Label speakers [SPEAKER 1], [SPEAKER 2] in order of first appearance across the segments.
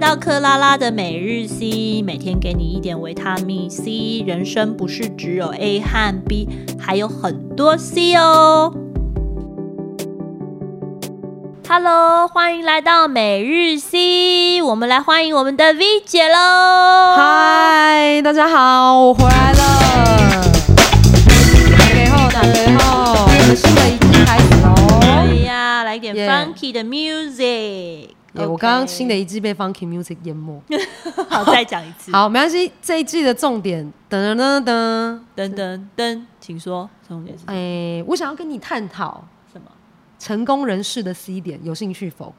[SPEAKER 1] 到克拉拉的每日 C，每天给你一点维他命 C。人生不是只有 A 和 B，还有很多 C 哦。Hello，欢迎来到每日 C，我们来欢迎我们的 V 姐喽。
[SPEAKER 2] 嗨，大家好，我回来了。打给后，打给后，我们新的一季开始
[SPEAKER 1] 哎
[SPEAKER 2] 喽。
[SPEAKER 1] 呀，来点
[SPEAKER 2] Yeah
[SPEAKER 1] funky 的 music。
[SPEAKER 2] 耶哎我
[SPEAKER 1] OK
[SPEAKER 2] 刚刚新的一季被 Funky Music 淹没。
[SPEAKER 1] 好，再讲一次。
[SPEAKER 2] 好，没关系，这一季的重点，噔噔噔，
[SPEAKER 1] 噔噔噔，请说，重点是
[SPEAKER 2] 哎、我想要跟你探讨
[SPEAKER 1] 什么
[SPEAKER 2] 成功人士的 C 点，有兴趣否？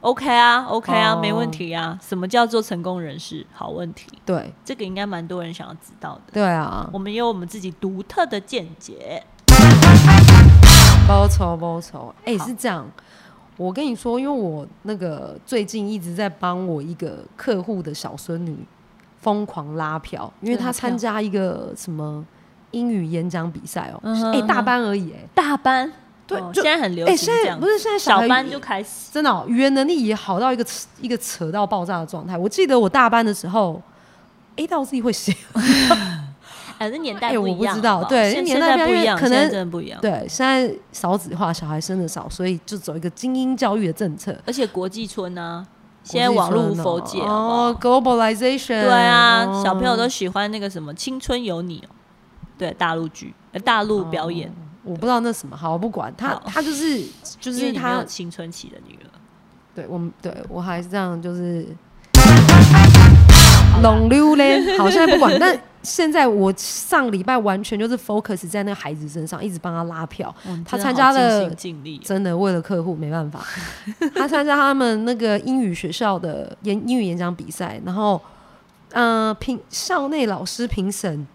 [SPEAKER 1] ？OK 啊，OK 啊，
[SPEAKER 2] 哦
[SPEAKER 1] 没问题啊。什么叫做成功人士？好问题，
[SPEAKER 2] 对，
[SPEAKER 1] 这个应该蛮多人想要知道的。
[SPEAKER 2] 对啊，
[SPEAKER 1] 我们有我们自己独特的见解。
[SPEAKER 2] 包酬包酬，哎、
[SPEAKER 1] 好
[SPEAKER 2] 是这样。我跟你说，因为我那个最近一直在帮我一个客户的小孙女疯狂拉票，因为
[SPEAKER 1] 拉
[SPEAKER 2] 她参
[SPEAKER 1] 票
[SPEAKER 2] 加一个什么英语演讲比赛哦、
[SPEAKER 1] 嗯哼
[SPEAKER 2] 哎、
[SPEAKER 1] 嗯
[SPEAKER 2] 大
[SPEAKER 1] 哼
[SPEAKER 2] 班而已、哎，
[SPEAKER 1] 大班，
[SPEAKER 2] 对
[SPEAKER 1] 哦
[SPEAKER 2] 就
[SPEAKER 1] 现在很流
[SPEAKER 2] 哎、
[SPEAKER 1] 行
[SPEAKER 2] 现
[SPEAKER 1] 这
[SPEAKER 2] 在
[SPEAKER 1] 样
[SPEAKER 2] 不
[SPEAKER 1] 子，
[SPEAKER 2] 是现在小
[SPEAKER 1] 小
[SPEAKER 2] 孩
[SPEAKER 1] 班就开始。
[SPEAKER 2] 真的哦、语言能力也好到一个扯一个扯到爆炸的状态。我记得我大班的时候，A 到 Z
[SPEAKER 1] 嗯
[SPEAKER 2] 会写，
[SPEAKER 1] 哎，那年代
[SPEAKER 2] 哎
[SPEAKER 1] 不
[SPEAKER 2] 我
[SPEAKER 1] 一
[SPEAKER 2] 不
[SPEAKER 1] 样，
[SPEAKER 2] 知道
[SPEAKER 1] 好好
[SPEAKER 2] 对
[SPEAKER 1] 现
[SPEAKER 2] 年
[SPEAKER 1] 现
[SPEAKER 2] 代
[SPEAKER 1] 在
[SPEAKER 2] 不
[SPEAKER 1] 不一
[SPEAKER 2] 一样因为
[SPEAKER 1] 样，
[SPEAKER 2] 可
[SPEAKER 1] 现在
[SPEAKER 2] 能
[SPEAKER 1] 真的不一样。
[SPEAKER 2] 对，现在少子化，小孩生的少，所以就走一个精英教育的政策。
[SPEAKER 1] 而且国际村呢，现在网络无佛界，好不好
[SPEAKER 2] 哦，globalization，
[SPEAKER 1] 对啊，
[SPEAKER 2] 哦
[SPEAKER 1] 小朋友都喜欢那个什么《青春有你》哦，对，大陆剧、呃大陆表演，
[SPEAKER 2] 我不知道那什么，好，我不管他
[SPEAKER 1] 好，
[SPEAKER 2] 他就是哦就
[SPEAKER 1] 因为
[SPEAKER 2] 是
[SPEAKER 1] 你没有
[SPEAKER 2] 他，
[SPEAKER 1] 青春期的女儿，
[SPEAKER 2] 对我们对我还是这样，就是
[SPEAKER 1] 好啦
[SPEAKER 2] 拢溜嘞。好，现在不管，但现在我上礼拜完全就是 focus 在那个孩子身上，一直帮他拉票，
[SPEAKER 1] 哇你
[SPEAKER 2] 哦他
[SPEAKER 1] 真的
[SPEAKER 2] 参
[SPEAKER 1] 好
[SPEAKER 2] 加
[SPEAKER 1] 尽
[SPEAKER 2] 了
[SPEAKER 1] 心尽力哦，
[SPEAKER 2] 真的为了客户没办法， 他参加他们那个英语学校的演英语演讲比赛，然后，呃，评校内老师评审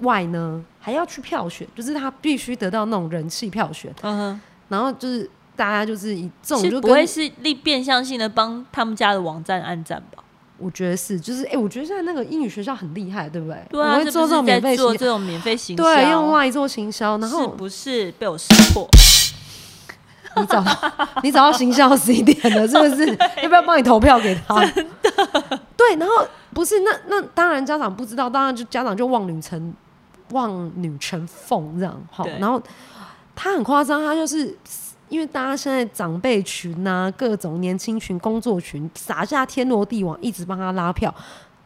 [SPEAKER 2] 外呢，还要去票选，就是他必须得到那种人气票选，
[SPEAKER 1] 嗯
[SPEAKER 2] 然后就是大家就是以这
[SPEAKER 1] 哼，
[SPEAKER 2] 种
[SPEAKER 1] 是
[SPEAKER 2] 就
[SPEAKER 1] 不会
[SPEAKER 2] 跟
[SPEAKER 1] 是立变相性的帮他们家的网站按赞吧？
[SPEAKER 2] 我觉得是，就是哎、我觉得现在那个英语学校很厉害，对不对？
[SPEAKER 1] 对啊，
[SPEAKER 2] 我会做
[SPEAKER 1] 这
[SPEAKER 2] 种
[SPEAKER 1] 不是
[SPEAKER 2] 免
[SPEAKER 1] 在
[SPEAKER 2] 费
[SPEAKER 1] 做
[SPEAKER 2] 行，
[SPEAKER 1] 这种免费行销，哦
[SPEAKER 2] 对，啊用 Y 做行销，然
[SPEAKER 1] 是
[SPEAKER 2] 后
[SPEAKER 1] 不是被我识破？
[SPEAKER 2] 你找到你找到行销 C 点了，是不是？要不要帮你投票给他？ 对，然后不是那那当然家长不知道，当然就家长就望女成望女成凤这样哈
[SPEAKER 1] 对。
[SPEAKER 2] 然后他很夸张，他就是因为大家现在长辈群啊，各种年轻群、工作群撒下天罗地网，一直帮他拉票，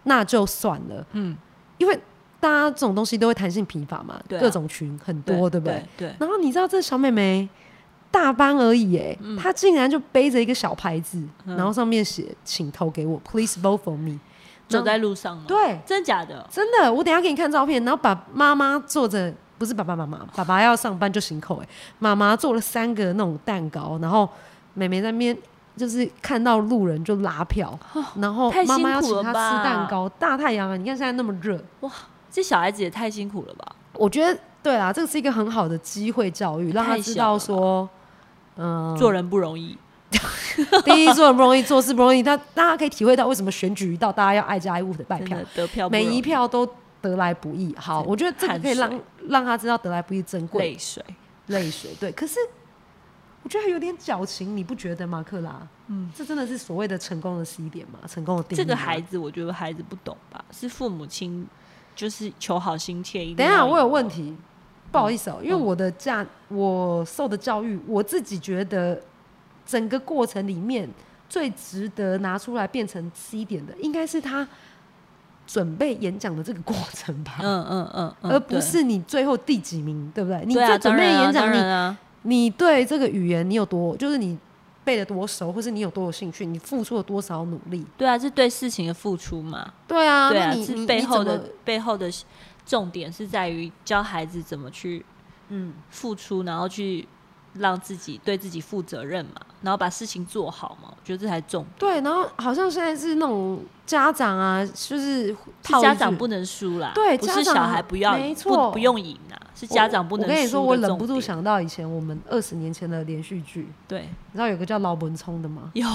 [SPEAKER 2] 那就算了，嗯，因为大家这种东西都会弹性疲乏嘛，
[SPEAKER 1] 对啊
[SPEAKER 2] 各种群很多，对不对？？
[SPEAKER 1] 对，
[SPEAKER 2] 然后你知道这小妹妹大班而已哎，
[SPEAKER 1] 嗯
[SPEAKER 2] 她竟然就背着一个小牌子，然后上面写“请投给我，Please vote for me”。
[SPEAKER 1] 走在路上吗？，
[SPEAKER 2] 对，
[SPEAKER 1] 真假的？
[SPEAKER 2] 真的，我等一下给你看照片。然后把妈妈坐着，不是爸爸妈妈，爸爸要上班就行口哎，妈妈做了三个那种蛋糕，然后妹妹在那边。就是看到路人就拉票，然后
[SPEAKER 1] 哦太
[SPEAKER 2] 妈
[SPEAKER 1] 辛
[SPEAKER 2] 妈要
[SPEAKER 1] 苦
[SPEAKER 2] 请
[SPEAKER 1] 了
[SPEAKER 2] 她
[SPEAKER 1] 吧
[SPEAKER 2] 吃蛋糕。大太阳啊，你看现在那么热，
[SPEAKER 1] 这小孩子也太辛苦了吧？
[SPEAKER 2] 我觉得对啦，这个是一个很好的机会教育，让她
[SPEAKER 1] 太
[SPEAKER 2] 知
[SPEAKER 1] 小了
[SPEAKER 2] 道
[SPEAKER 1] 吧
[SPEAKER 2] 说，嗯，
[SPEAKER 1] 做人不容易，
[SPEAKER 2] 第一做人不容易，做事不容易，但大家可以体会到为什么选举一到，大家要爱家爱物的拜
[SPEAKER 1] 真
[SPEAKER 2] 票
[SPEAKER 1] 的，得票不
[SPEAKER 2] 每
[SPEAKER 1] 容易
[SPEAKER 2] 一票都得来不易。好，
[SPEAKER 1] 对
[SPEAKER 2] 我觉得这个可以
[SPEAKER 1] 汗
[SPEAKER 2] 让让他知道得来不易珍贵，
[SPEAKER 1] 泪水。
[SPEAKER 2] 泪水对。可是我觉得还有点矫情，你不觉得吗，克拉？嗯，这真的是所谓的成功的 C 点吗？成功的定义
[SPEAKER 1] 这
[SPEAKER 2] 吗
[SPEAKER 1] 个孩子，我觉得孩子不懂吧，是父母亲就是求好心切一定
[SPEAKER 2] 等一
[SPEAKER 1] 要啊嗯
[SPEAKER 2] 下，
[SPEAKER 1] 赢
[SPEAKER 2] 我有问题，不好意思哦、因为我的价，我受的教育，我自己觉得整个过程里面最值得拿出来变成 C 点的，应该是他准备演讲的这个过程吧，
[SPEAKER 1] 嗯嗯嗯，嗯
[SPEAKER 2] 而不是你最后第几名，对不对？你
[SPEAKER 1] 对对啊
[SPEAKER 2] 在准备演
[SPEAKER 1] 当
[SPEAKER 2] 讲，
[SPEAKER 1] 然
[SPEAKER 2] 你
[SPEAKER 1] 啊
[SPEAKER 2] 你对这个语言你有多，就是你背的多熟，或是你有多有兴趣，你付出了多少努力？
[SPEAKER 1] 当然啊，对啊，是对事情的付出嘛，
[SPEAKER 2] 对啊，
[SPEAKER 1] 对
[SPEAKER 2] 那
[SPEAKER 1] 啊，
[SPEAKER 2] 你
[SPEAKER 1] 是
[SPEAKER 2] 你
[SPEAKER 1] 背
[SPEAKER 2] 你
[SPEAKER 1] 后
[SPEAKER 2] 怎么
[SPEAKER 1] 的背后的重点是在于教孩子怎么去
[SPEAKER 2] 嗯
[SPEAKER 1] 付出，然后去让自己对自己负责任嘛，然后把事情做好嘛，我觉得这才重点。
[SPEAKER 2] 对，然后好像现在是那种家长啊，就是
[SPEAKER 1] 是
[SPEAKER 2] 套一
[SPEAKER 1] 家
[SPEAKER 2] 句
[SPEAKER 1] 长不能输啦，
[SPEAKER 2] 对
[SPEAKER 1] 不
[SPEAKER 2] 家
[SPEAKER 1] 是小
[SPEAKER 2] 长
[SPEAKER 1] 孩不要
[SPEAKER 2] 没
[SPEAKER 1] 赢，不
[SPEAKER 2] 错
[SPEAKER 1] 不用赢啊，是家长不能
[SPEAKER 2] 我
[SPEAKER 1] 输
[SPEAKER 2] 跟你说，我
[SPEAKER 1] 的
[SPEAKER 2] 忍
[SPEAKER 1] 重
[SPEAKER 2] 不住
[SPEAKER 1] 点，
[SPEAKER 2] 想到以前我们二十年前的连续剧，
[SPEAKER 1] 对，
[SPEAKER 2] 你知道有个叫老文聪 的吗？
[SPEAKER 1] 有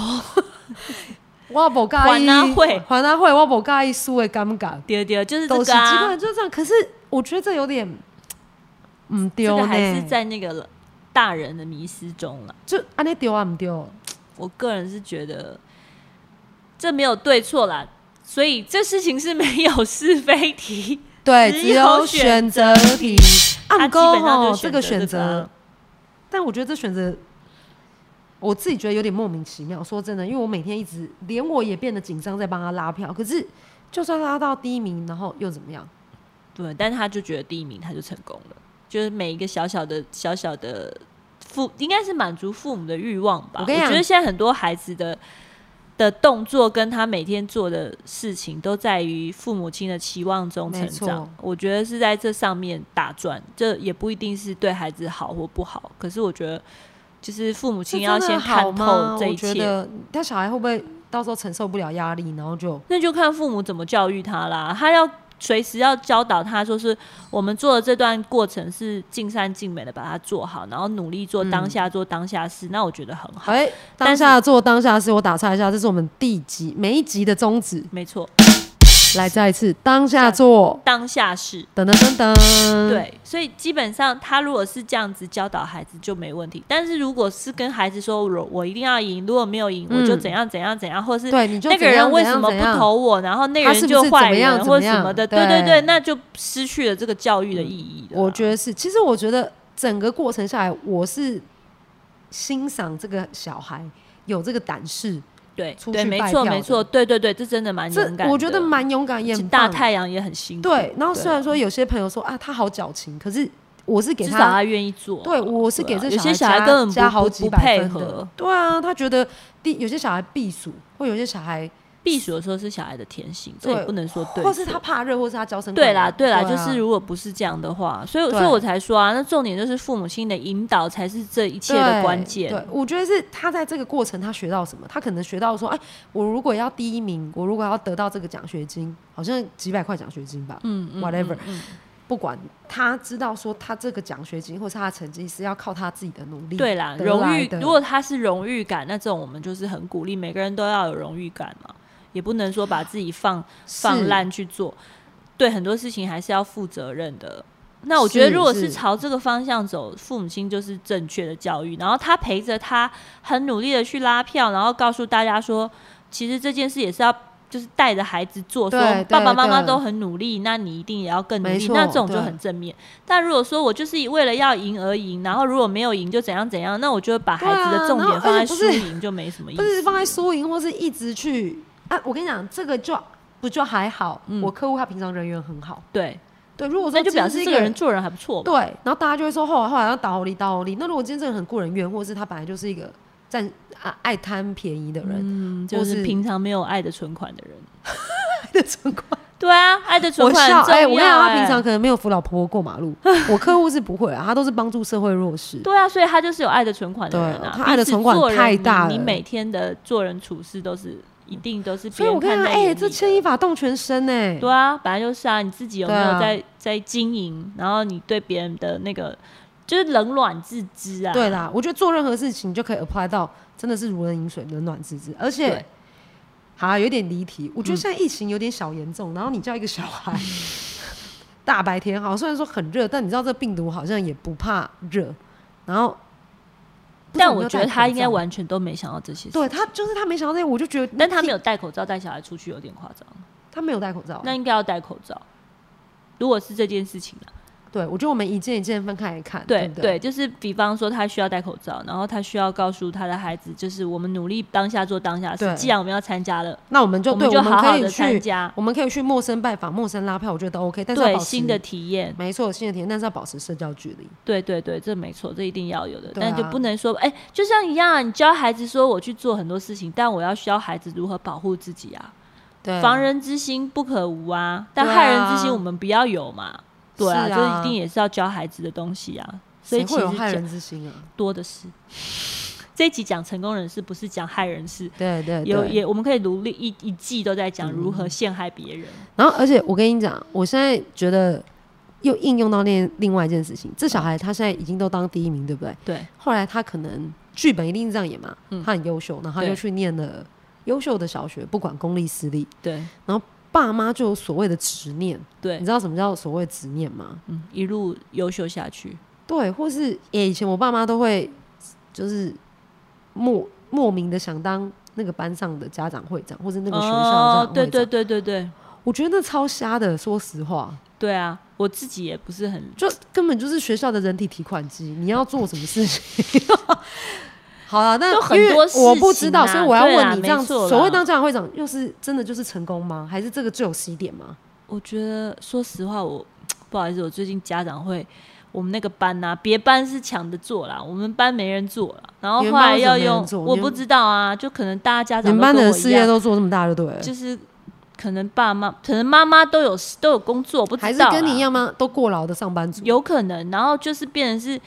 [SPEAKER 2] 我不介
[SPEAKER 1] 还啊会
[SPEAKER 2] 还他会，我不介意输的尴尬，
[SPEAKER 1] 丢丢就是这
[SPEAKER 2] 都是
[SPEAKER 1] 个
[SPEAKER 2] 基
[SPEAKER 1] 啊，
[SPEAKER 2] 本就这样。可是我觉得这有点，嗯
[SPEAKER 1] 这
[SPEAKER 2] 丢
[SPEAKER 1] 个
[SPEAKER 2] 呢，
[SPEAKER 1] 还是在那个大人的迷失中了。
[SPEAKER 2] 就安尼丢啊唔丢，
[SPEAKER 1] 我个人是觉得，这没有对错啦，所以这事情是没有是非题。
[SPEAKER 2] 对，
[SPEAKER 1] 只
[SPEAKER 2] 只
[SPEAKER 1] 有
[SPEAKER 2] 有选择题。
[SPEAKER 1] 它
[SPEAKER 2] 暗
[SPEAKER 1] 基
[SPEAKER 2] 沟
[SPEAKER 1] 本上
[SPEAKER 2] 哦
[SPEAKER 1] 就，
[SPEAKER 2] 这
[SPEAKER 1] 选择
[SPEAKER 2] 个选
[SPEAKER 1] 这个啊
[SPEAKER 2] 择，但我觉得这选择，我自己觉得有点莫名其妙。说真的，因为我每天一直，连我也变得紧张，在帮他拉票。可是，就算拉到第一名，然后又怎么样？
[SPEAKER 1] 对，但他就觉得第一名他就成功了，就是每一个小小的小小的父，应该是满足父母的欲望吧。
[SPEAKER 2] 我跟你讲
[SPEAKER 1] 觉得现在很多孩子的的动作跟他每天做的事情，都在于父母亲的期望中成
[SPEAKER 2] 没错
[SPEAKER 1] 长。我觉得是在这上面打转，这也不一定是对孩子好或不好，可是我觉得。就是父母
[SPEAKER 2] 这
[SPEAKER 1] 亲要
[SPEAKER 2] 真的
[SPEAKER 1] 先
[SPEAKER 2] 好
[SPEAKER 1] 看
[SPEAKER 2] 吗
[SPEAKER 1] 透这一
[SPEAKER 2] 我觉
[SPEAKER 1] 切，
[SPEAKER 2] 得他小孩会不会到时候承受不了压力，然后就
[SPEAKER 1] 那就看父母怎么教育他啦。他要随时要教导他，说是我们做的这段过程是尽善尽美的把它做好，然后努力做当下做当下事。那我觉得很好，
[SPEAKER 2] 嗯哎、
[SPEAKER 1] 但
[SPEAKER 2] 当
[SPEAKER 1] 是
[SPEAKER 2] 下做当下的事。我打岔一下，这是我们第几每一集的宗旨。
[SPEAKER 1] 没错，
[SPEAKER 2] 来，再一次，当下做，
[SPEAKER 1] 当下事。
[SPEAKER 2] 噔噔噔噔。，
[SPEAKER 1] 对，所以基本上他如果是这样子教导孩子就没问题，但是如果是跟孩子说我我一定要赢，如果没有赢我就
[SPEAKER 2] 嗯
[SPEAKER 1] 怎样怎样怎样，或是
[SPEAKER 2] 对，你就
[SPEAKER 1] 那个
[SPEAKER 2] 怎样
[SPEAKER 1] 人为
[SPEAKER 2] 怎
[SPEAKER 1] 什
[SPEAKER 2] 样
[SPEAKER 1] 么
[SPEAKER 2] 怎
[SPEAKER 1] 不
[SPEAKER 2] 样
[SPEAKER 1] 投我，然后那
[SPEAKER 2] 他
[SPEAKER 1] 人
[SPEAKER 2] 是不
[SPEAKER 1] 就是坏
[SPEAKER 2] 怎么样
[SPEAKER 1] 人
[SPEAKER 2] 怎
[SPEAKER 1] 或
[SPEAKER 2] 么
[SPEAKER 1] 什么
[SPEAKER 2] 样
[SPEAKER 1] 的，对对
[SPEAKER 2] 对
[SPEAKER 1] 对，那就失去了这个教育的啊意义了啦。
[SPEAKER 2] 我觉得是，其实我觉得整个过程下来，我是欣赏这个小孩有这个胆识，
[SPEAKER 1] 对
[SPEAKER 2] 出
[SPEAKER 1] 对，
[SPEAKER 2] 去
[SPEAKER 1] 没
[SPEAKER 2] 拜
[SPEAKER 1] 错
[SPEAKER 2] 票
[SPEAKER 1] 没
[SPEAKER 2] 的
[SPEAKER 1] 错，对对对，这真的蛮
[SPEAKER 2] 这
[SPEAKER 1] 勇敢的。
[SPEAKER 2] 我觉得蛮勇敢，也
[SPEAKER 1] 其
[SPEAKER 2] 很
[SPEAKER 1] 实大
[SPEAKER 2] 棒
[SPEAKER 1] 太阳也很辛苦，
[SPEAKER 2] 对。然后
[SPEAKER 1] 对
[SPEAKER 2] 虽然说有些朋友说啊，他好矫情，可是我是给
[SPEAKER 1] 至少他
[SPEAKER 2] 他，
[SPEAKER 1] 愿意做。
[SPEAKER 2] 对我是给
[SPEAKER 1] 对啊
[SPEAKER 2] 这
[SPEAKER 1] 有些小
[SPEAKER 2] 加
[SPEAKER 1] 孩根本不
[SPEAKER 2] 加好
[SPEAKER 1] 不
[SPEAKER 2] 几
[SPEAKER 1] 不
[SPEAKER 2] 百
[SPEAKER 1] 配
[SPEAKER 2] 分的
[SPEAKER 1] 合
[SPEAKER 2] 对啊，他觉得第有些小孩避暑，或有些小孩，
[SPEAKER 1] 避暑的时候是小孩的天性，这
[SPEAKER 2] 对
[SPEAKER 1] 也不能说对
[SPEAKER 2] 或
[SPEAKER 1] 错。
[SPEAKER 2] 是他怕热，或是他娇生
[SPEAKER 1] 对
[SPEAKER 2] 惯
[SPEAKER 1] 啦，
[SPEAKER 2] 养
[SPEAKER 1] 对啦，
[SPEAKER 2] 啊
[SPEAKER 1] 就是如果不是这样的话，所以
[SPEAKER 2] 对
[SPEAKER 1] 所以我才说啊，那重点就是父母亲的引导才是这一切的
[SPEAKER 2] 对
[SPEAKER 1] 关键。嗯
[SPEAKER 2] 对，我觉得是他在这个过程他学到什么，他可能学到说，哎，我如果要第一名，我如果要得到这个奖学金，好像几百块奖学金吧，
[SPEAKER 1] 嗯嗯
[SPEAKER 2] whatever
[SPEAKER 1] 嗯
[SPEAKER 2] 不管他知道说他这个奖学金或是他的成绩是要靠他自己的努力
[SPEAKER 1] 对啦，
[SPEAKER 2] 得
[SPEAKER 1] 荣
[SPEAKER 2] 来
[SPEAKER 1] 誉
[SPEAKER 2] 的
[SPEAKER 1] 如果他是荣誉感，那这种我们就是很鼓励每个人都要有荣誉感嘛，也不能说把自己放放
[SPEAKER 2] 是
[SPEAKER 1] 烂去做，对很多事情还是要负责任的。那我觉得，
[SPEAKER 2] 是
[SPEAKER 1] 如果是
[SPEAKER 2] 是
[SPEAKER 1] 朝这个方向走，父母亲就是正确的教育，然后他陪着他很努力的去拉票，然后告诉大家说，其实这件事也是要就是带着孩子做，说
[SPEAKER 2] 对
[SPEAKER 1] 爸爸
[SPEAKER 2] 对
[SPEAKER 1] 妈妈
[SPEAKER 2] 对
[SPEAKER 1] 都很努力，那你一定也要更努
[SPEAKER 2] 没
[SPEAKER 1] 力，
[SPEAKER 2] 错
[SPEAKER 1] 那这种就
[SPEAKER 2] 对
[SPEAKER 1] 很正面。但如果说我就是为了要赢而赢，然后如果没有赢就怎样怎样，那我就会把孩子
[SPEAKER 2] 对
[SPEAKER 1] 的
[SPEAKER 2] 啊
[SPEAKER 1] 重点
[SPEAKER 2] 然后
[SPEAKER 1] 放在
[SPEAKER 2] 而且
[SPEAKER 1] 输
[SPEAKER 2] 不是
[SPEAKER 1] 赢，就没什么意
[SPEAKER 2] 不
[SPEAKER 1] 思。
[SPEAKER 2] 是放在输赢或是一直去啊，我跟你讲，这个就不就还好，我客户他平常人缘很好，
[SPEAKER 1] 对，
[SPEAKER 2] 对，如果说
[SPEAKER 1] 嗯那就
[SPEAKER 2] 今天
[SPEAKER 1] 表
[SPEAKER 2] 是
[SPEAKER 1] 示
[SPEAKER 2] 一
[SPEAKER 1] 这个人做人还不错嘛。
[SPEAKER 2] 对，然后大家就会说，哦后来后来要倒离倒离。那如果今天这个人很顾人怨，或是他本来就是一个占啊爱贪便宜的人，
[SPEAKER 1] 嗯，就
[SPEAKER 2] 或
[SPEAKER 1] 是
[SPEAKER 2] 是
[SPEAKER 1] 平常没有爱的存款 的人。
[SPEAKER 2] 的存款，
[SPEAKER 1] 对啊，爱的存
[SPEAKER 2] 我
[SPEAKER 1] 款
[SPEAKER 2] 笑
[SPEAKER 1] 很重要、
[SPEAKER 2] 我跟你讲，他平
[SPEAKER 1] 哎
[SPEAKER 2] 常可能没有扶老婆婆过马路，我客户是不会啊，他都是帮助社会弱势。
[SPEAKER 1] 对啊，所以他就是有爱的存款的人
[SPEAKER 2] 对
[SPEAKER 1] 啊。
[SPEAKER 2] 他爱的
[SPEAKER 1] 彼此
[SPEAKER 2] 存款
[SPEAKER 1] 做人
[SPEAKER 2] 太
[SPEAKER 1] 你
[SPEAKER 2] 大
[SPEAKER 1] 你
[SPEAKER 2] 了
[SPEAKER 1] 每天的做人处事都是一定都是
[SPEAKER 2] 所
[SPEAKER 1] 别
[SPEAKER 2] 以我
[SPEAKER 1] 人
[SPEAKER 2] 跟
[SPEAKER 1] 看
[SPEAKER 2] 你
[SPEAKER 1] 在
[SPEAKER 2] 讲，
[SPEAKER 1] 眼里
[SPEAKER 2] 哎、
[SPEAKER 1] 的。
[SPEAKER 2] 这牵一发动全身欸呢、
[SPEAKER 1] 对啊，本来就是啊，你自己有没
[SPEAKER 2] 对
[SPEAKER 1] 有
[SPEAKER 2] 啊
[SPEAKER 1] 在、在经营？然后你对别人的那个就是冷暖自知啊。
[SPEAKER 2] 对啦，我觉得做任何事情就可以 apply 到，真的是如人饮水，冷暖自知。而且
[SPEAKER 1] 对，嗯
[SPEAKER 2] 好、啊，有点离题。我觉得现在疫情有点小严重，然后你叫一个小孩，
[SPEAKER 1] 嗯
[SPEAKER 2] 大白天好，虽然说很热，但你知道这病毒好像也不怕热。然后，不知道
[SPEAKER 1] 但
[SPEAKER 2] 有没
[SPEAKER 1] 我
[SPEAKER 2] 有
[SPEAKER 1] 觉
[SPEAKER 2] 戴
[SPEAKER 1] 得他
[SPEAKER 2] 口
[SPEAKER 1] 应该
[SPEAKER 2] 罩，
[SPEAKER 1] 完全都没想到这些事。
[SPEAKER 2] 对，他就是他没想到这些，我就觉得，
[SPEAKER 1] 但他没有，戴口罩带小孩出去有点夸张，
[SPEAKER 2] 他没有戴口罩。
[SPEAKER 1] 那应该要戴口罩。如果是这件事情啊，
[SPEAKER 2] 对，我觉得我们一件一件分开来看，
[SPEAKER 1] 对
[SPEAKER 2] 不
[SPEAKER 1] 对，就是比方说他需要戴口罩，然后他需要告诉他的孩子，就是我们努力当下做当下事。
[SPEAKER 2] 对
[SPEAKER 1] 既然我们要参加了，
[SPEAKER 2] 那我们就
[SPEAKER 1] 我们
[SPEAKER 2] 对，
[SPEAKER 1] 就
[SPEAKER 2] 我们
[SPEAKER 1] 好好
[SPEAKER 2] 可
[SPEAKER 1] 的
[SPEAKER 2] 以
[SPEAKER 1] 参
[SPEAKER 2] 去，
[SPEAKER 1] 加，
[SPEAKER 2] 我们可以去陌生拜访、陌生拉票，我觉得都 OK，但是要
[SPEAKER 1] 对
[SPEAKER 2] 保持
[SPEAKER 1] 新的体验。
[SPEAKER 2] 没错，新的体验，但是要保持社交距离。
[SPEAKER 1] 对对对，这没错，这一定要有的，
[SPEAKER 2] 对啊
[SPEAKER 1] 但就不能说，哎、就像一样、啊，你教孩子说我去做很多事情，但我要教孩子如何保护自己啊，
[SPEAKER 2] 对
[SPEAKER 1] 防人之心不可无啊，但
[SPEAKER 2] 嗯对啊
[SPEAKER 1] 害人之心我们不要有嘛，对啊，
[SPEAKER 2] 是啊
[SPEAKER 1] 这一定也是要教孩子的东西啊，所以
[SPEAKER 2] 谁
[SPEAKER 1] 其
[SPEAKER 2] 会
[SPEAKER 1] 实
[SPEAKER 2] 有害
[SPEAKER 1] 讲
[SPEAKER 2] 人之心啊？
[SPEAKER 1] 多的是。这一集讲成功人士，不是讲害人士，
[SPEAKER 2] 对对
[SPEAKER 1] 有
[SPEAKER 2] 哎对嗯
[SPEAKER 1] 也我们可以努力一一季都在讲如何陷害别人，
[SPEAKER 2] 然后，而且我跟你讲，我现在觉得又应用到另另外一件事情，这小孩他现在已经都当第一名，对不对？
[SPEAKER 1] 对
[SPEAKER 2] 后来他可能剧本一定是这样演嘛，
[SPEAKER 1] 嗯
[SPEAKER 2] 他很优秀，然后他又
[SPEAKER 1] 对
[SPEAKER 2] 去念了优秀的小学，不管公立私立，
[SPEAKER 1] 对
[SPEAKER 2] 爸妈就有所谓的执念，你
[SPEAKER 1] 对，
[SPEAKER 2] 知道什么叫所谓执念吗？
[SPEAKER 1] 嗯，一路优秀下去，
[SPEAKER 2] 对，或是、欸、以前我爸妈都会就是莫莫名的想当那个班上的家长会长或者那个学校的家
[SPEAKER 1] 哦
[SPEAKER 2] 长会长，，
[SPEAKER 1] 对对对对对
[SPEAKER 2] 我觉得那超瞎的，说实话，
[SPEAKER 1] 对啊，我自己也不是很
[SPEAKER 2] 就根本就是学校的人体提款机，你要做什么事情？ 好了，但
[SPEAKER 1] 就很
[SPEAKER 2] 因为
[SPEAKER 1] 多事情啊
[SPEAKER 2] 我不知道，所以我要
[SPEAKER 1] 对啦
[SPEAKER 2] 问你，这样
[SPEAKER 1] 没错啦
[SPEAKER 2] 所谓当家长会长，又是真的就是成功吗？还是这个最有喜点吗？
[SPEAKER 1] 我觉得，说实话，我不好意思，我最近家长会，我们那个班呐、别班是抢着做啦，我们班没人做了，然后
[SPEAKER 2] 你
[SPEAKER 1] 后
[SPEAKER 2] 们班
[SPEAKER 1] 来
[SPEAKER 2] 为什么
[SPEAKER 1] 要
[SPEAKER 2] 没人
[SPEAKER 1] 用
[SPEAKER 2] 做，
[SPEAKER 1] 我
[SPEAKER 2] 你
[SPEAKER 1] 不
[SPEAKER 2] 们
[SPEAKER 1] 知道啊，就可能大家家
[SPEAKER 2] 你
[SPEAKER 1] 长
[SPEAKER 2] 们
[SPEAKER 1] 都
[SPEAKER 2] 班
[SPEAKER 1] 跟
[SPEAKER 2] 的
[SPEAKER 1] 我一
[SPEAKER 2] 事业
[SPEAKER 1] 样
[SPEAKER 2] 都做这么大，就对了，
[SPEAKER 1] 就是可能爸妈，可能妈妈都有都有工作，我不知道
[SPEAKER 2] 还是
[SPEAKER 1] 啦
[SPEAKER 2] 跟你一样吗？都过劳的上班族，
[SPEAKER 1] 有可能，然后就是变成是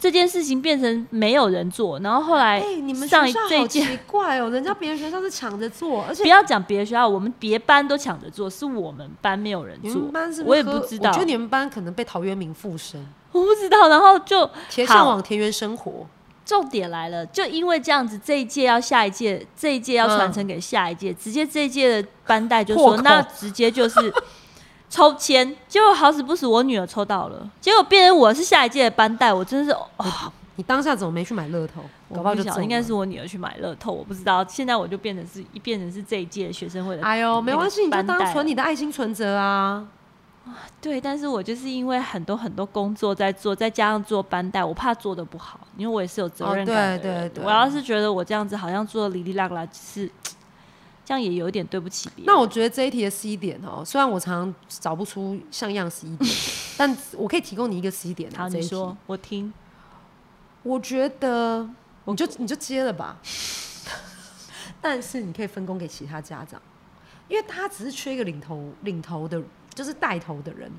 [SPEAKER 1] 这件事情变成没有人做，然后后来
[SPEAKER 2] 哎、你们学
[SPEAKER 1] 上一
[SPEAKER 2] 校
[SPEAKER 1] 这
[SPEAKER 2] 好
[SPEAKER 1] 一届
[SPEAKER 2] 奇怪哦，人家别人学校是抢着做，而且
[SPEAKER 1] 不 要讲别的学校，我们别班都抢着做，是我们班没有人
[SPEAKER 2] 你
[SPEAKER 1] 做
[SPEAKER 2] 们，班是是
[SPEAKER 1] 我也
[SPEAKER 2] 喝
[SPEAKER 1] 不知道
[SPEAKER 2] 我觉得你们班可能被陶渊明附身，
[SPEAKER 1] 我不知道，然后就
[SPEAKER 2] 田
[SPEAKER 1] 好
[SPEAKER 2] 向往田园生活。
[SPEAKER 1] 重点来了，就因为这样子，这一届要下一届，这一届要传承给下一届，直接这一届的班代就
[SPEAKER 2] 嗯破
[SPEAKER 1] 说
[SPEAKER 2] 口，
[SPEAKER 1] 那直接就是抽签。结果好死不死，我女儿抽到了，结果变成我是下一届的班代，我真的是，哦、
[SPEAKER 2] 你当下怎么没去买乐透？搞
[SPEAKER 1] 我
[SPEAKER 2] 不好
[SPEAKER 1] 不
[SPEAKER 2] 就
[SPEAKER 1] 晓
[SPEAKER 2] 中
[SPEAKER 1] 得
[SPEAKER 2] 了
[SPEAKER 1] 应该是我女儿去买乐透，我不知道。现在我就变成是一变成是这一届学生会的，
[SPEAKER 2] 哎呦，没关系，你就
[SPEAKER 1] 班代
[SPEAKER 2] 当
[SPEAKER 1] 了哎
[SPEAKER 2] 存你的爱心存折啊。
[SPEAKER 1] 对。但是我就是因为很多很多工作在做，再加上做班代，我怕做的不好，因为我也是有责任感
[SPEAKER 2] 哦
[SPEAKER 1] 的人、
[SPEAKER 2] 对对对
[SPEAKER 1] 我要是觉得我这样子好像做的哩哩啦啦，是这样也有点对不起别人。
[SPEAKER 2] 那我觉得这一题的 C 点哦，虽然我常常找不出像样 C 点，但我可以提供你一个 C 点啊。
[SPEAKER 1] 好，
[SPEAKER 2] 这
[SPEAKER 1] 你
[SPEAKER 2] 一题
[SPEAKER 1] 说，我听。
[SPEAKER 2] 我觉得你就你就接了吧， 但是你可以分工给其他家长，因为他只是缺一个领头领头的，就是带头的人，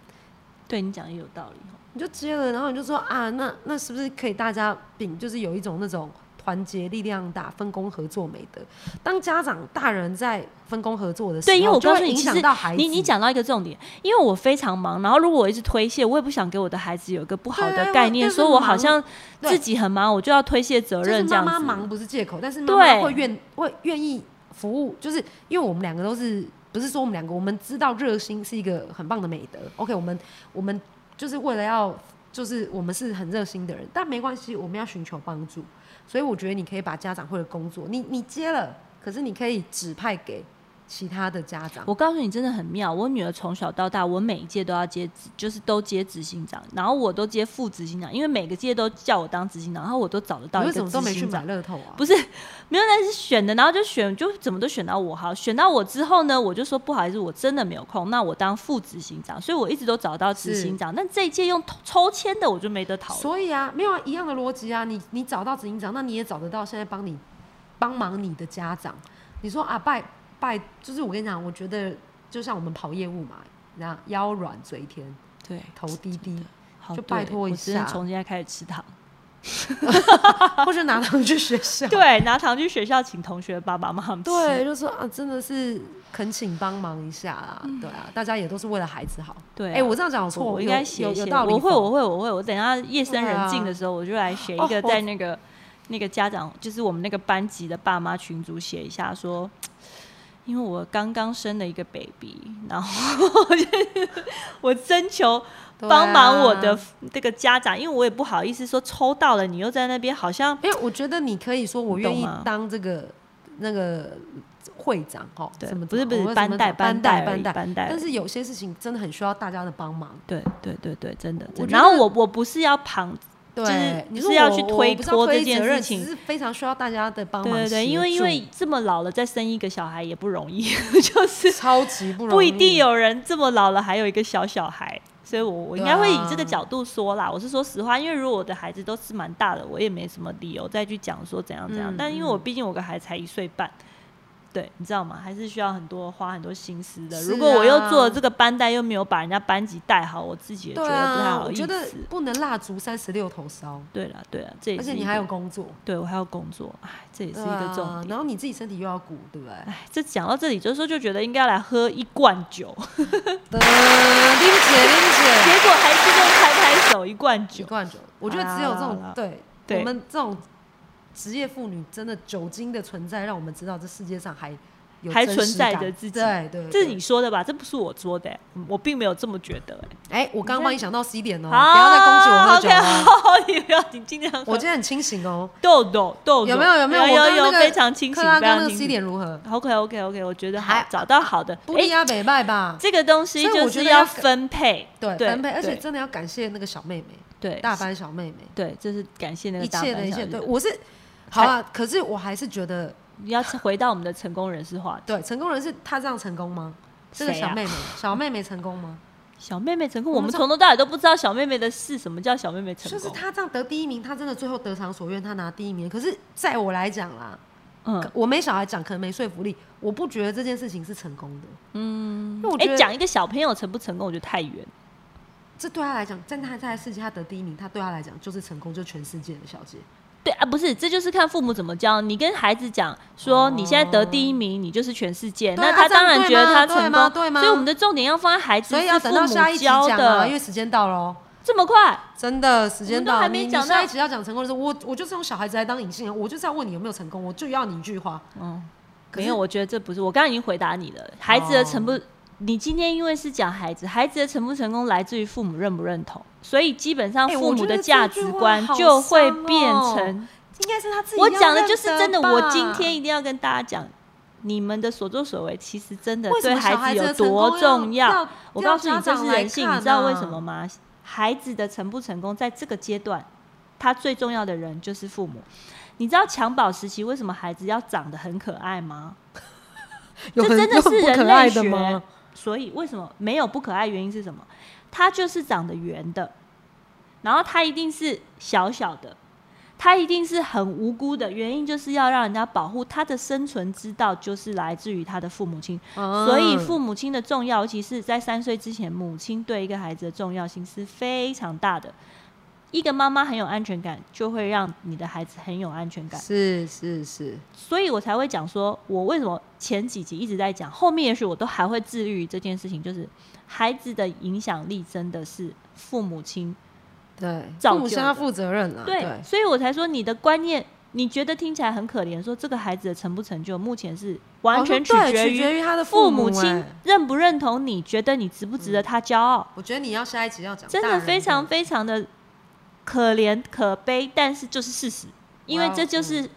[SPEAKER 1] 对你讲的也有道理哦。
[SPEAKER 2] 你就接了，然后你就说啊，那那是不是可以大家秉就是有一种那种团结力量大、分工合作美德？当家长大人在分工合作的时候，
[SPEAKER 1] 对因为我
[SPEAKER 2] 就会
[SPEAKER 1] 告诉你
[SPEAKER 2] 影
[SPEAKER 1] 其
[SPEAKER 2] 响
[SPEAKER 1] 实
[SPEAKER 2] 到孩子，
[SPEAKER 1] 哦你你讲到一个重点，因为我非常忙，然后如果我一直推卸，我也不想给我的孩子有一个不好
[SPEAKER 2] 对
[SPEAKER 1] 的
[SPEAKER 2] 我
[SPEAKER 1] 概念，
[SPEAKER 2] 就是
[SPEAKER 1] 说我
[SPEAKER 2] 忙
[SPEAKER 1] 好像
[SPEAKER 2] 对
[SPEAKER 1] 自己很忙，我就要推卸责
[SPEAKER 2] 就是
[SPEAKER 1] 任这
[SPEAKER 2] 妈
[SPEAKER 1] 样子。
[SPEAKER 2] 妈忙不是借口，但是妈妈
[SPEAKER 1] 对
[SPEAKER 2] 会愿会愿意服务，就是因为我们两个都是不是说我们两个，我们知道热心是一个很棒的美德。OK，我们我们就是为了要就是我们是很热心的人，但没关系，我们要寻求帮助。所以我觉得你可以把家长会的工作，你你接了，可是你可以指派给其他的家长。
[SPEAKER 1] 我告诉你，真的很妙。我女儿从小到大，我每一届都要接执，就是都接执行长，然后我都接副执行长，因为每个届都叫我当执行长，然后我都找得到一
[SPEAKER 2] 你为
[SPEAKER 1] 个
[SPEAKER 2] 什么都
[SPEAKER 1] 执
[SPEAKER 2] 没去
[SPEAKER 1] 行
[SPEAKER 2] 买
[SPEAKER 1] 长。
[SPEAKER 2] 乐透啊？
[SPEAKER 1] 不是没有，但是选的，然后就选，就怎么都选到我好。选到我之后呢，我就说不好意思，我真的没有空，那我当副执行长，所以我一直都找到执行长。但这一届用抽签的，我就没得讨论。
[SPEAKER 2] 所以啊，没有啊一样的逻辑啊，你你找到执行长，那你也找得到现在帮你帮忙你的家长。你说啊，拜拜，就是我跟你讲，我觉得就像我们跑业务嘛，你看腰软嘴甜，
[SPEAKER 1] 对，
[SPEAKER 2] 头低 低，
[SPEAKER 1] 好，
[SPEAKER 2] 就拜
[SPEAKER 1] 对
[SPEAKER 2] 托一
[SPEAKER 1] 我真的
[SPEAKER 2] 下
[SPEAKER 1] 从现在开始吃糖。
[SPEAKER 2] 或者拿他们去学校。
[SPEAKER 1] 对，拿糖去学校请同学爸爸妈妈们吃。
[SPEAKER 2] 对，就说啊，真的是恳请帮忙一下啊，对啊，大家也都是为了孩子好。
[SPEAKER 1] 对啊
[SPEAKER 2] 哎、我这样讲有错，
[SPEAKER 1] 我我应
[SPEAKER 2] 有
[SPEAKER 1] 该写
[SPEAKER 2] 有
[SPEAKER 1] 一
[SPEAKER 2] 有
[SPEAKER 1] 写，
[SPEAKER 2] 道理否。
[SPEAKER 1] 我会，我会，我会。我等一下夜深
[SPEAKER 2] 对啊
[SPEAKER 1] 人静的时候，我就来写一
[SPEAKER 2] 哦
[SPEAKER 1] 个
[SPEAKER 2] 我
[SPEAKER 1] 在那个、那个家长，就是我们那个班级的爸妈群组写一下说。因为我刚刚生了一个 baby，然后 我征求
[SPEAKER 2] 对啊
[SPEAKER 1] 帮忙我的这个家长，因为我也不好意思说抽到了，你又在那边好像
[SPEAKER 2] 因为哎我觉得你可以说我愿
[SPEAKER 1] 你
[SPEAKER 2] 意
[SPEAKER 1] 懂吗
[SPEAKER 2] 当这个那个会长哦，
[SPEAKER 1] 对
[SPEAKER 2] 什么，
[SPEAKER 1] 不是不是
[SPEAKER 2] 我什
[SPEAKER 1] 班
[SPEAKER 2] 么
[SPEAKER 1] 带
[SPEAKER 2] 班
[SPEAKER 1] 带而
[SPEAKER 2] 班
[SPEAKER 1] 已
[SPEAKER 2] 带，
[SPEAKER 1] 班带而已，
[SPEAKER 2] 但是有些事情真的很需要大家的帮忙。
[SPEAKER 1] 对对对对，真的。
[SPEAKER 2] 我
[SPEAKER 1] 真的
[SPEAKER 2] 觉
[SPEAKER 1] 然后
[SPEAKER 2] 得
[SPEAKER 1] 我我不是要旁
[SPEAKER 2] 对，
[SPEAKER 1] 是
[SPEAKER 2] 你
[SPEAKER 1] 就是
[SPEAKER 2] 说
[SPEAKER 1] 要
[SPEAKER 2] 我
[SPEAKER 1] 去
[SPEAKER 2] 我
[SPEAKER 1] 推
[SPEAKER 2] 不是
[SPEAKER 1] 脱
[SPEAKER 2] 推
[SPEAKER 1] 这件
[SPEAKER 2] 责
[SPEAKER 1] 事
[SPEAKER 2] 任
[SPEAKER 1] 情
[SPEAKER 2] 只是非常需要大家的帮忙
[SPEAKER 1] 对对
[SPEAKER 2] 协助。
[SPEAKER 1] 对，因为因为这么老了再生一个小孩也不容易， 就是
[SPEAKER 2] 超级不容易，
[SPEAKER 1] 不一定有人这么老了还有一个小小孩，所以我我应该会以这个
[SPEAKER 2] 对啊
[SPEAKER 1] 角度说啦。我是说实话，因为如果我的孩子都是蛮大的，我也没什么理由再去讲说怎样怎样。
[SPEAKER 2] 嗯
[SPEAKER 1] 但因为我毕竟我个孩子才一岁半。对，你知道吗？还是需要很多花很多心思的。
[SPEAKER 2] 是
[SPEAKER 1] 如果我又
[SPEAKER 2] 啊
[SPEAKER 1] 做了这个班带，又没有把人家班级带好，我自己也觉
[SPEAKER 2] 对
[SPEAKER 1] 得不太
[SPEAKER 2] 啊，
[SPEAKER 1] 好
[SPEAKER 2] 我
[SPEAKER 1] 意思
[SPEAKER 2] 觉。得不能蜡烛三十六头烧，
[SPEAKER 1] 对了，对了，这也
[SPEAKER 2] 而
[SPEAKER 1] 是
[SPEAKER 2] 且你
[SPEAKER 1] 一
[SPEAKER 2] 还
[SPEAKER 1] 个
[SPEAKER 2] 有工作，
[SPEAKER 1] 对我还要工作，哎，这也是一
[SPEAKER 2] 对
[SPEAKER 1] 个
[SPEAKER 2] 啊
[SPEAKER 1] 重点。
[SPEAKER 2] 然后你自己身体又要顾，对不对？
[SPEAKER 1] 哎，这讲到这里，就是说就觉得应该来喝一罐酒，
[SPEAKER 2] 的，林姐，林姐
[SPEAKER 1] 结。果还是就拍拍手一罐
[SPEAKER 2] 习
[SPEAKER 1] 酒。
[SPEAKER 2] 惯酒，我觉得只有这
[SPEAKER 1] 好啦
[SPEAKER 2] 种
[SPEAKER 1] 好啦
[SPEAKER 2] 对
[SPEAKER 1] 啊对
[SPEAKER 2] 我们这种职业妇女，真的酒精的存在，让我们知道这世界上还有
[SPEAKER 1] 还
[SPEAKER 2] 真
[SPEAKER 1] 存
[SPEAKER 2] 实
[SPEAKER 1] 在
[SPEAKER 2] 感
[SPEAKER 1] 着自己
[SPEAKER 2] 对对，
[SPEAKER 1] 这
[SPEAKER 2] 对
[SPEAKER 1] 是你说的吧？这不是我说的、嗯我并没有这么觉得、哎，
[SPEAKER 2] 哎，我刚刚帮你想到 C 点哦，
[SPEAKER 1] 不
[SPEAKER 2] 不要再攻击我喝酒
[SPEAKER 1] OK，
[SPEAKER 2] 哦，
[SPEAKER 1] 好，你不要，你尽量喝。
[SPEAKER 2] 我今天很清醒哦。
[SPEAKER 1] 豆豆豆豆
[SPEAKER 2] 有没有有没有？我
[SPEAKER 1] 有
[SPEAKER 2] 刚刚
[SPEAKER 1] 有
[SPEAKER 2] 那个
[SPEAKER 1] 非常 清
[SPEAKER 2] 克
[SPEAKER 1] 醒，
[SPEAKER 2] 拉
[SPEAKER 1] 非
[SPEAKER 2] 刚
[SPEAKER 1] 常
[SPEAKER 2] 那个
[SPEAKER 1] 清
[SPEAKER 2] C
[SPEAKER 1] 醒。哎
[SPEAKER 2] 点如何？
[SPEAKER 1] OK OK OK，我觉得好
[SPEAKER 2] 还，
[SPEAKER 1] 找到好的。
[SPEAKER 2] 不
[SPEAKER 1] 哎
[SPEAKER 2] 利亚北拜吧？
[SPEAKER 1] 这个东西
[SPEAKER 2] 所以我
[SPEAKER 1] 就
[SPEAKER 2] 觉
[SPEAKER 1] 是
[SPEAKER 2] 得要
[SPEAKER 1] 分配，
[SPEAKER 2] 对，
[SPEAKER 1] 对
[SPEAKER 2] 分配，而且
[SPEAKER 1] 对
[SPEAKER 2] 真的要感谢那个小妹妹，
[SPEAKER 1] 对
[SPEAKER 2] 大班小妹妹，
[SPEAKER 1] 对，这是感谢那个
[SPEAKER 2] 一
[SPEAKER 1] 大
[SPEAKER 2] 切的
[SPEAKER 1] 班
[SPEAKER 2] 一
[SPEAKER 1] 小
[SPEAKER 2] 切，
[SPEAKER 1] 姐
[SPEAKER 2] 对我是好啊，可是我还是觉得，
[SPEAKER 1] 要回到我们的成功人士话题。
[SPEAKER 2] 对，成功人是她这样成功吗？这个
[SPEAKER 1] 谁啊
[SPEAKER 2] 小妹妹，小妹妹成功吗？
[SPEAKER 1] 小妹妹成功，
[SPEAKER 2] 我
[SPEAKER 1] 我
[SPEAKER 2] 们
[SPEAKER 1] 们
[SPEAKER 2] 从
[SPEAKER 1] 从头到尾都不知道小妹妹的事，什么叫小妹妹成
[SPEAKER 2] 就
[SPEAKER 1] 功？
[SPEAKER 2] 是她这样得第一名，她真的最后得偿所愿，她拿第一名。可是在我来讲啦，
[SPEAKER 1] 嗯
[SPEAKER 2] 我没小孩讲，可能没说服力，我不觉得这件事情是成功的。嗯，因为我觉
[SPEAKER 1] 哎，
[SPEAKER 2] 得
[SPEAKER 1] 讲一个小朋友成不成功，我觉得太远。
[SPEAKER 2] 这对她来讲，在她在世界她得第一名，她对她来讲就是成功，就是全世界的小姐。
[SPEAKER 1] 对啊，不是，这就是看父母怎么教。你跟孩子讲说，
[SPEAKER 2] 哦
[SPEAKER 1] 你现在得第一名，你就是全世界，
[SPEAKER 2] 对啊
[SPEAKER 1] 那他
[SPEAKER 2] 这样
[SPEAKER 1] 当然觉
[SPEAKER 2] 对
[SPEAKER 1] 得
[SPEAKER 2] 吗
[SPEAKER 1] 他
[SPEAKER 2] 对
[SPEAKER 1] 成
[SPEAKER 2] 吗
[SPEAKER 1] 功。
[SPEAKER 2] 对吗
[SPEAKER 1] 所以我们的重点要放在孩子，
[SPEAKER 2] 所以要
[SPEAKER 1] 是
[SPEAKER 2] 等
[SPEAKER 1] 父
[SPEAKER 2] 到
[SPEAKER 1] 母
[SPEAKER 2] 下一集
[SPEAKER 1] 教
[SPEAKER 2] 讲啊，
[SPEAKER 1] 的
[SPEAKER 2] 因为时间到了哦。
[SPEAKER 1] 这么快。
[SPEAKER 2] 真的，时间到了，
[SPEAKER 1] 我们都还没
[SPEAKER 2] 你你
[SPEAKER 1] 讲到
[SPEAKER 2] 下一集要讲成功的时候，我我就是用小孩子来当引信啊，我就是要问你有没有成功，我就要你一句话。
[SPEAKER 1] 嗯，
[SPEAKER 2] 可
[SPEAKER 1] 没
[SPEAKER 2] 是哦
[SPEAKER 1] 有，我觉得这不是，我刚刚已经回答你了。孩子的成不，你今天因为是讲孩子，孩子的成不成功来自于父母认不认同，所以基本上
[SPEAKER 2] 哎
[SPEAKER 1] 父
[SPEAKER 2] 我
[SPEAKER 1] 母
[SPEAKER 2] 觉
[SPEAKER 1] 的
[SPEAKER 2] 得
[SPEAKER 1] 价
[SPEAKER 2] 这句
[SPEAKER 1] 值
[SPEAKER 2] 话
[SPEAKER 1] 观
[SPEAKER 2] 好
[SPEAKER 1] 就会
[SPEAKER 2] 伤
[SPEAKER 1] 变
[SPEAKER 2] 哦
[SPEAKER 1] 成。
[SPEAKER 2] 应该是他自己。
[SPEAKER 1] 我讲的就是真的，我今天一定要跟大家讲。你们的所作所为，其实真的
[SPEAKER 2] 为什
[SPEAKER 1] 对
[SPEAKER 2] 么小
[SPEAKER 1] 孩
[SPEAKER 2] 孩
[SPEAKER 1] 子
[SPEAKER 2] 子
[SPEAKER 1] 有
[SPEAKER 2] 的成功
[SPEAKER 1] 多重
[SPEAKER 2] 要
[SPEAKER 1] 要
[SPEAKER 2] 要？
[SPEAKER 1] 我告诉你，
[SPEAKER 2] 要
[SPEAKER 1] 这
[SPEAKER 2] 家
[SPEAKER 1] 是
[SPEAKER 2] 长
[SPEAKER 1] 人性，
[SPEAKER 2] 来看啊
[SPEAKER 1] 你知道为什么吗？孩子的成不成功，在这个阶段，他最重要的人就是父母。你知道襁褓时期为什么孩子要长得很可爱吗？
[SPEAKER 2] 有
[SPEAKER 1] 这
[SPEAKER 2] 很
[SPEAKER 1] 真的
[SPEAKER 2] 有
[SPEAKER 1] 是
[SPEAKER 2] 很不
[SPEAKER 1] 人
[SPEAKER 2] 可爱
[SPEAKER 1] 类
[SPEAKER 2] 的
[SPEAKER 1] 学。
[SPEAKER 2] 吗？
[SPEAKER 1] 所以为什么没有不可爱？原因是什么？它就是长得圆的，然后它一定是小小的，它一定是很无辜的。原因就是要让人家保护它的生存之道，就是来自于他的父母亲。
[SPEAKER 2] 哦
[SPEAKER 1] 所
[SPEAKER 2] 嗯
[SPEAKER 1] 以父母亲的重要，尤其是在三岁之前，母亲对一个孩子的重要性是非常大的。一个妈妈很有安全感，就会让你的孩子很有安全感。
[SPEAKER 2] 是是是，
[SPEAKER 1] 所以我才会讲说，我为什么前几集一直在讲，后面也许我都还会致力于这件事情，就是孩子的影响力真的是父母亲
[SPEAKER 2] 对，
[SPEAKER 1] 造就的
[SPEAKER 2] 父母向他负责任啦。
[SPEAKER 1] 对，
[SPEAKER 2] 嗯对，
[SPEAKER 1] 所以我才说你的观念，你觉得听起来很可怜，说这个孩子的成不成就，目前是完全
[SPEAKER 2] 哦
[SPEAKER 1] 取
[SPEAKER 2] 对
[SPEAKER 1] 决
[SPEAKER 2] 取
[SPEAKER 1] 于
[SPEAKER 2] 于他的
[SPEAKER 1] 父
[SPEAKER 2] 母
[SPEAKER 1] 母亲
[SPEAKER 2] 哎
[SPEAKER 1] 认不认同你，觉得你值不值得他骄傲，
[SPEAKER 2] 我觉得你要下一集要讲，
[SPEAKER 1] 真的非常。非常的可怜可悲，但是就是事实，因为
[SPEAKER 2] 哇哦
[SPEAKER 1] 这就是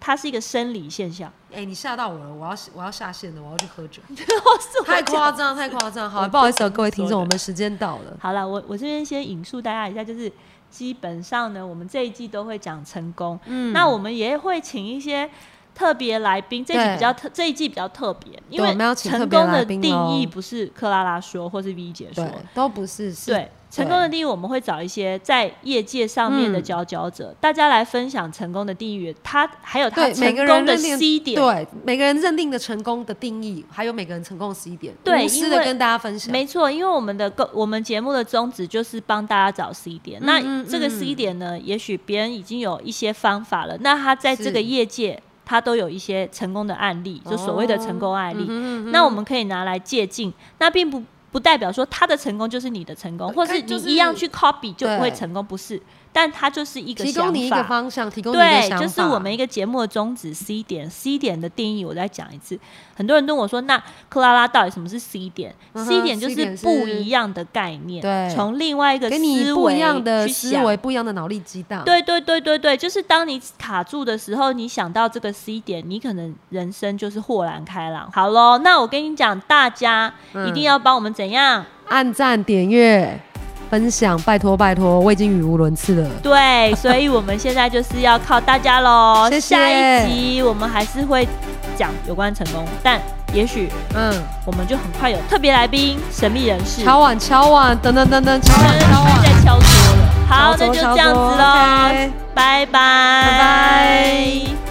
[SPEAKER 1] 它是一个生理现 象。
[SPEAKER 2] 哎，你吓到我了，我要我要下线了，我要去喝酒，
[SPEAKER 1] 是我
[SPEAKER 2] 太
[SPEAKER 1] 讲
[SPEAKER 2] 夸张，太夸张。好，不好意思哦，各位听众，我们时间到了。
[SPEAKER 1] 好了，我我这边先引述大家一下，就是基本上呢，我们这一季都会讲成功，
[SPEAKER 2] 嗯
[SPEAKER 1] 那我们也会请一些特别来宾，这一季
[SPEAKER 2] 对
[SPEAKER 1] 比较特，这一季比较特别，因
[SPEAKER 2] 对
[SPEAKER 1] 为
[SPEAKER 2] 我们要请
[SPEAKER 1] 成
[SPEAKER 2] 特别
[SPEAKER 1] 功
[SPEAKER 2] 来
[SPEAKER 1] 的
[SPEAKER 2] 宾
[SPEAKER 1] 定义
[SPEAKER 2] 咯
[SPEAKER 1] 不是克拉拉说或是 V 姐说
[SPEAKER 2] 对，，都不是是
[SPEAKER 1] 对。成功的定义，我们会找一些在业界上面的
[SPEAKER 2] 嗯
[SPEAKER 1] 佼佼者，大家来分享成功的定义，他还有他
[SPEAKER 2] 对每
[SPEAKER 1] 成
[SPEAKER 2] 个
[SPEAKER 1] 功
[SPEAKER 2] 人
[SPEAKER 1] 的
[SPEAKER 2] 认定
[SPEAKER 1] C 点，
[SPEAKER 2] 对每个人认定的成功的定义，还有每个人成功的 C 点，
[SPEAKER 1] 对
[SPEAKER 2] 无私
[SPEAKER 1] 因
[SPEAKER 2] 的
[SPEAKER 1] 为
[SPEAKER 2] 跟大家分享。
[SPEAKER 1] 没错，因为我们的个我们节目的宗旨就是帮大家找 C 点。
[SPEAKER 2] 嗯嗯
[SPEAKER 1] 那
[SPEAKER 2] 嗯
[SPEAKER 1] 这个 C 点呢，也许别人已经有一些方法了，那他在
[SPEAKER 2] 是哦
[SPEAKER 1] 这个业界他都有一些成功的案例，就所谓的成功案例。
[SPEAKER 2] 嗯
[SPEAKER 1] 那我们可以拿来借鉴，那并不不代表说他的成功就是你的成功，或是
[SPEAKER 2] 呃可以
[SPEAKER 1] 你
[SPEAKER 2] 就是
[SPEAKER 1] 一样去 copy 就不会
[SPEAKER 2] 对
[SPEAKER 1] 成功，不是？但它就是一个
[SPEAKER 2] 提
[SPEAKER 1] 想
[SPEAKER 2] 供你一个
[SPEAKER 1] 法。
[SPEAKER 2] 方向，提供你一个
[SPEAKER 1] 对
[SPEAKER 2] 想，法，
[SPEAKER 1] 就是我们一个节目的宗旨 C 点，C 点的定义我再讲一次。很多人问我说，那克拉拉到底什么是 C 点、
[SPEAKER 2] 嗯哼
[SPEAKER 1] c 点就
[SPEAKER 2] C 点
[SPEAKER 1] 是
[SPEAKER 2] 是
[SPEAKER 1] 不一样的概念，
[SPEAKER 2] 对
[SPEAKER 1] 从另外一个
[SPEAKER 2] 给你
[SPEAKER 1] 思
[SPEAKER 2] 不
[SPEAKER 1] 维
[SPEAKER 2] 一样的
[SPEAKER 1] 去
[SPEAKER 2] 思
[SPEAKER 1] 想
[SPEAKER 2] 维，不一样的脑力激荡。
[SPEAKER 1] 对对对对对，就是当你卡住的时候，你想到这个 C 点，你可能人生就是豁然开朗。好喽，那我跟你讲，大家
[SPEAKER 2] 嗯
[SPEAKER 1] 一定要帮我们怎样？
[SPEAKER 2] 按赞、点阅、分享，拜托拜托，我已经语无伦次了。
[SPEAKER 1] 对，所以我们现在就是要靠大家喽。
[SPEAKER 2] 谢谢
[SPEAKER 1] 下一集我们还是会讲有关成功，但也许
[SPEAKER 2] 嗯，
[SPEAKER 1] 我们就很快有特别来宾、神秘人士，
[SPEAKER 2] 敲碗敲碗，等等等等，敲碗敲碗，
[SPEAKER 1] 在敲桌了。好，那
[SPEAKER 2] 敲
[SPEAKER 1] 就
[SPEAKER 2] 桌敲
[SPEAKER 1] 这样子
[SPEAKER 2] 桌
[SPEAKER 1] 喽，
[SPEAKER 2] ，OK
[SPEAKER 1] 拜拜，
[SPEAKER 2] 拜拜。